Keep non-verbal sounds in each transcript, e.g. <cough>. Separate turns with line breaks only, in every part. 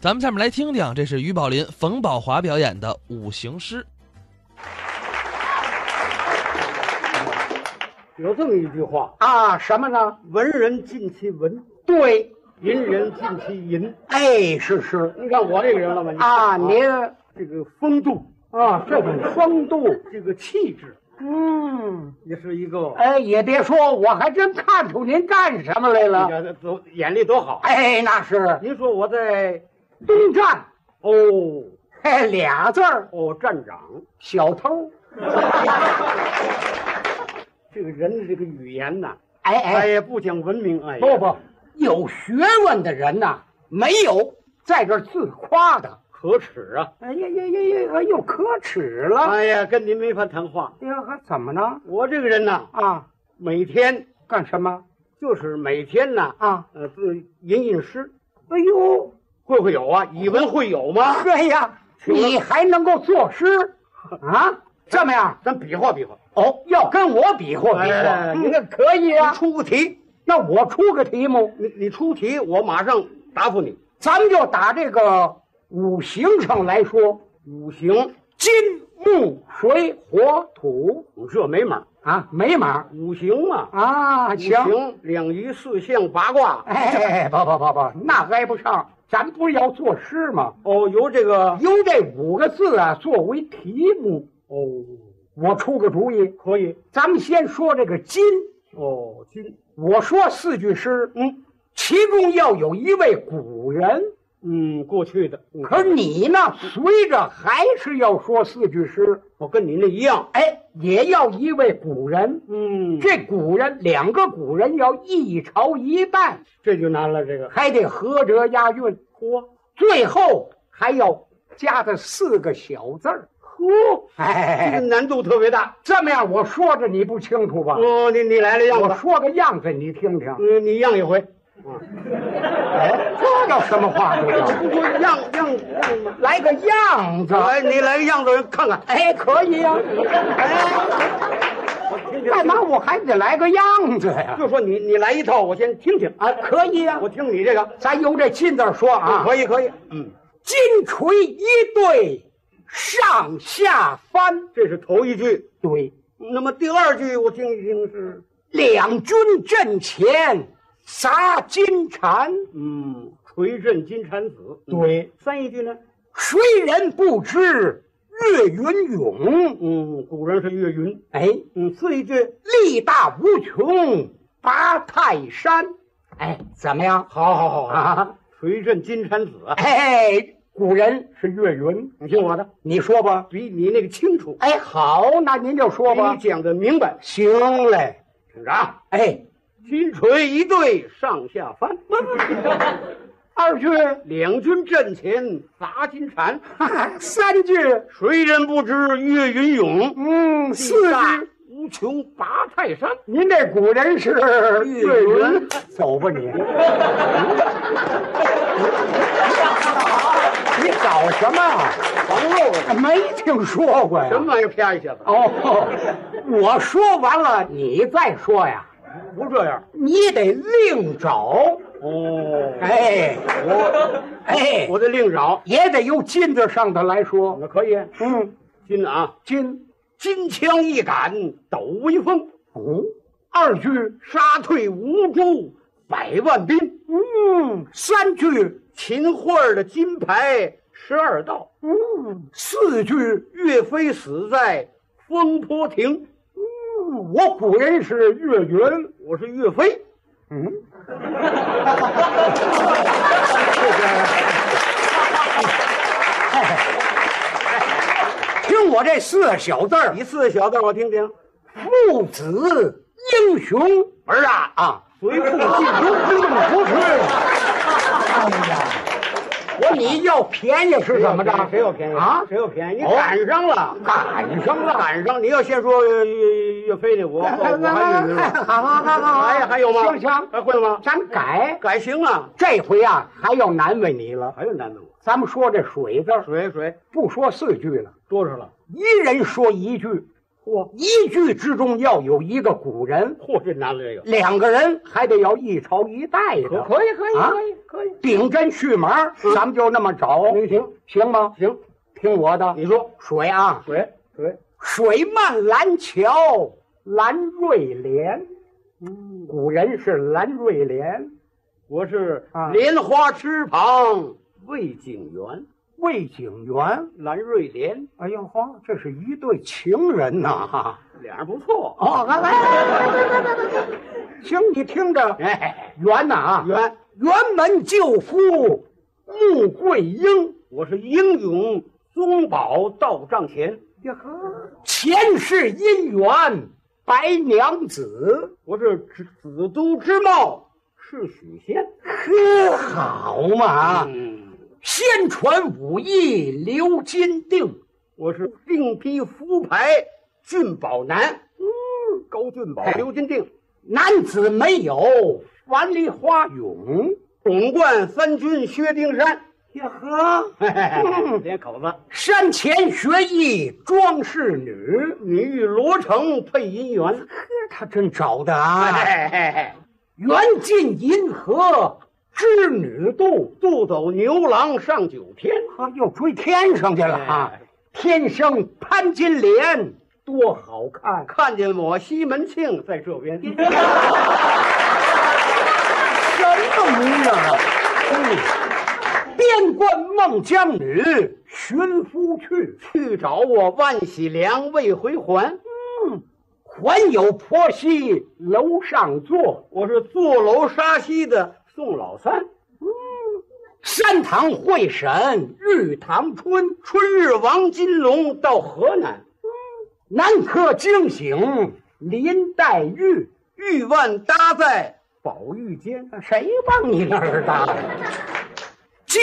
咱们下面来听听，这是于宝林、冯宝华表演的《五行诗》。
有这么一句话
啊，什么呢？：“
文人尽其文，
对，
淫人尽其淫。
哎，是是”
你看我这个人了吗？你
啊，您
这个风度啊，这种风度，这个气质，
嗯，
也是一个。
哎，也别说，我还真看出您干什么来
你
了。
看多眼力多好！
哎，那是
您说我在
东站，
哦
嘿，俩字儿，
哦站长，
小偷。
这个人的这个语言呐，
哎
哎
哎，
呀不讲文明，哎呀
不不，有学问的人呐、没有在这儿自夸的。
可耻啊！
哎呀呀呀呀，又可耻了。
哎呀，跟您没法谈话。
哎呀，还怎么呢？
我这个人呐，
啊，
每天
干什么
就是每天呐，
啊？
呃，自吟吟诗，
哎呦，
会会有啊，以文会友吗？
哎呀，你还能够作诗
<laughs>
啊？这么样
咱比划比划，
哦，要跟我比划比
哎
划，嗯那可以啊
你。出个题，
那我出个题目，
你你出题，我马上答复你。
咱们就打这个五行上来说，
五行，
金木水火土
这没门儿
啊，没码
五行嘛，
啊，
五
行。
行两仪四象八卦，
哎，不不不不，那挨不上。咱不是要作诗吗？
哦，由这个
由这五个字啊作为题目，
哦，
我出个主意。
可以
咱们先说这个金，
哦，金，
我说四句诗，
嗯
其中要有一位古人。
嗯，过去的，嗯
可是你呢，随着还是要说四句诗，
我跟你那一样，
哎，也要一位古人。
嗯，
这古人两个古人要一朝一拜，
这就难了，这个
还得合辙押韵，
嚯
最后还要加的四个小字儿。
嚯，这个
哎，
难度特别大。
这么样我说着你不清楚吧？
哦，你你来了样
啊我
吧，
说个样子你听听，
嗯，你样一回，嗯，
这叫什么话？这
不
叫
说样样样嘛，
来个样子。
来哎你来个样子看看，
哎，可以呀、哎，
我听听，
干嘛我还得来个样子呀？
<laughs> 就说你你来一套，我先听听，
啊，可以呀、
我听你这个，
咱由这金字儿说啊，
可以可以，嗯，
金锤一对，上下翻
这是头一句。
堆，
那么第二句我听一听是，
两军阵前砸金蝉，
嗯，锤震金蝉子。嗯
对，
三一句呢？
谁人不知岳云勇？
嗯，古人是岳云。
哎，
嗯，四一句，
力大无穷，拔泰山。哎，怎么样？
好好好啊，
啊，
锤震金蝉子啊！
哎，古人是岳云，
你听我的，
你说吧。
比你那个清楚，
哎，好，那您就说
比你
吧。
讲的明白。
行嘞，
听着啊，
哎，
金锤一对上下翻，
二句。
两军阵前砸金蝉。
三句，
谁人不知岳云勇？
嗯，四
力大
句。
无穷拔泰山。
您这古人是
岳云，
走
<laughs>
吧你。你搞什么啊？
王漏了，
没听说过呀
什？么玩意儿啪一下子？
哦，我说完了，你再说呀。
不这样。
你得另找，
哦，
哎，我，哎，
我得另找。
也得由金子上头来说。
那可以，
嗯，
金啊，
金
金枪一杆抖威风，
哦，二句，
杀退吴州百万兵。
嗯，三句，
秦桧的金牌十二道，
嗯，四句，
岳飞死在风波亭。
我古人是岳云，
我是岳飞，
嗯，听我这四个小字儿
你，四个小字我听听。
父子英雄
儿啊
啊，
随父进
不
忠。
不是。哎呀，我你要便宜是怎么着？
谁有便宜
啊？
谁有便宜？你
哦
赶上了，
赶上了。
赶上！你要先说呃岳岳飞那，我哎我我还岳云
好
了。
好好好，
哎呀，还有吗？
行行，
还会吗？
咱改，
改行了，
这回啊还要难为你了。
还有难为我。
咱们说这水字儿，
水水
不说四句了，
多少了？
一人说一句，
嚯
一句之中要有一个古人，
嚯，这难了这个，
两个人还得要一朝一代
可
的，
可以可以
啊
可以可以，
顶针续麻儿，咱们就那么找，
能嗯行嗯
行吗？
行，
听我的，
你说
水啊，
对对，
水漫蓝桥蓝瑞莲，
嗯，
古人是蓝瑞莲，
我是
啊
莲花池旁魏景元，
魏景元。
蓝瑞莲，
哎呦呵，这是一对情人呐！哈，
脸上不错，
哦，来来来来来来来来，行，你听着，
哎，
元呐啊，
元，
辕门救夫穆桂英，
我是英勇宗保到帐前，
呀呵，前世姻缘白娘子，
我是子子都之貌是许仙，
呵，好嘛，
嗯，
先传武艺留金锭，
我是定批福牌俊宝男，嗯，高俊宝
哎
刘金定，
男子没有樊梨花勇，
总冠三军薛丁山，
呀呵，啊
嘿嘿嘿连口子。
山前学艺装饰女。
你与罗成配姻缘，
他真找的啊！
嘿嘿嘿
缘尽银河织女渡，
渡走牛郎上九天，
啊，又追天上去了啊
哎！
天生潘金莲多好看，
看见我西门庆在这 <laughs> 边，
什么模样啊！嗯，边关孟姜女寻夫去，
去找我万喜良未回还。
嗯还有婆媳楼上坐，
我是坐楼杀西的宋老三，
三堂会审玉堂春，
春日王金龙到河南，
南柯惊醒林黛玉。
玉腕搭在宝玉间，
谁往你那儿搭？肩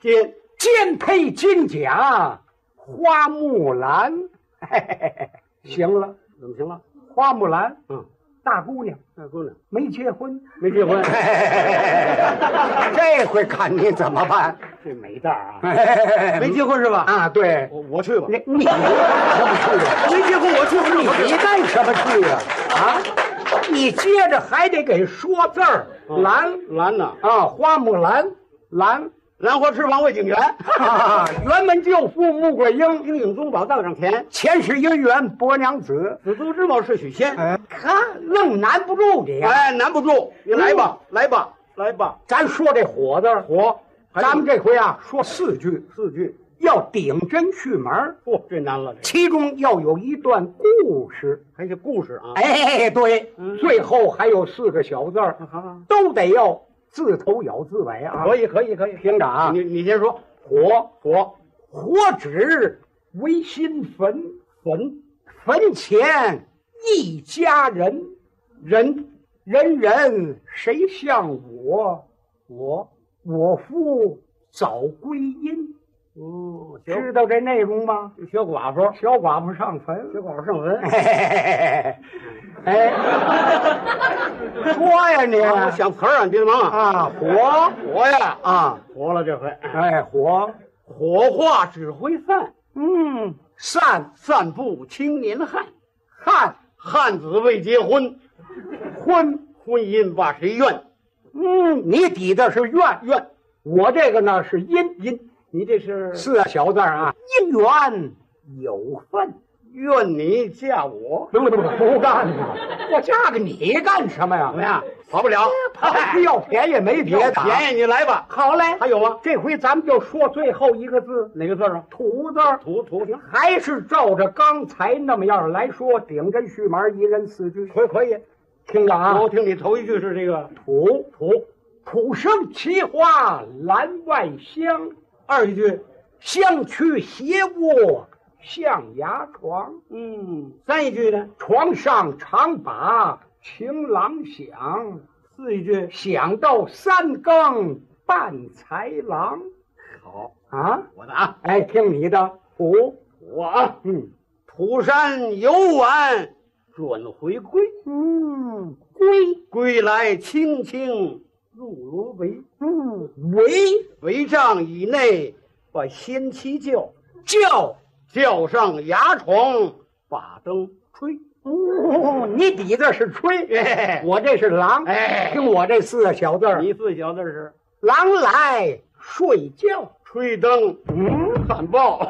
间
肩配金甲，花木兰。 <laughs> 嘿嘿嘿嘿行了，
怎么行了？
花木兰，
嗯，
大姑娘
大姑娘
没结婚，
没结婚，
<laughs> 这回看你怎么办？
这美蛋儿啊，没
没
结婚是吧？
啊？对，
我我去吧
你，你什么去啊？
没结婚我去不去？
你干什么去啊？啊？你接着还得给说字儿，
嗯
兰
兰呐，
啊，花木兰，
<laughs>
兰。
兰花池旁魏景元。
哈
<laughs>
哈，辕门救父穆桂英，
英勇宗保当上前，
前世姻缘伯娘子。
子都之谋是许仙。
哎，他愣难不住你啊！
哎，难不住，你来
嗯
吧，来吧，来吧，
咱说这火字儿，
火。还有
咱们这回啊说四句，
四句，
要顶针续门儿，
嚯、这难了，这
其中要有一段故事。
还有故事啊。
哎，对，嗯
嗯
最后还有四个小字儿，
啊好好，
都得要自头咬字尾啊！
可以，可以，可以。
听着啊
你，你先说，
火
火
火纸为心焚，
坟
坟前一家人。
人
人人谁像我，我我夫早归阴，
哦，小
知道这内容吗？
小寡妇，
小寡妇上坟
小，寡妇上坟。
哎，说呀你
啊我想词儿啊，你别忙啊。
啊火
火呀，
啊，
活了这回。
哎火，
火化指挥散，
嗯，散
散步青年汉，
汉
汉子未结婚，
婚，
婚姻把谁怨？
嗯，你抵的是怨，
怨。
我这个呢是阴阴，
你这是
四个小字儿啊，姻缘有份。
怨你嫁我，
不不不，不干呐！我嫁给你干什么呀
怎么？样？跑
哎
不了，
他是要便宜没别
别
的，
便宜你来吧。
好嘞。
还有吗？
这回咱们就说最后一个字
哪个字儿啊
“土”字儿，
图图行，
还是照着刚才那么样来说，顶针续麻，一人四句。
可以可以。
听着啊，
我听你头一句是这个，
土土土生奇花栏外香，
二一句，
香去斜卧象牙床，
嗯，三一句呢，
床上常把情郎想。
四一句，
想到三更伴豺狼
好，
啊！
我的啊，
哎，听你的虎，
我啊，
嗯
土山游玩转回归，
嗯，龟，
归来青青入罗围，
嗯，为
围帐以内把先妻叫，
叫
叫上牙床把灯吹。
哦，你底子是吹，
哎
我这是狼。
哎
听我这四个小字儿，
你自小的是
狼来睡觉。
吹灯
嗯，
反报。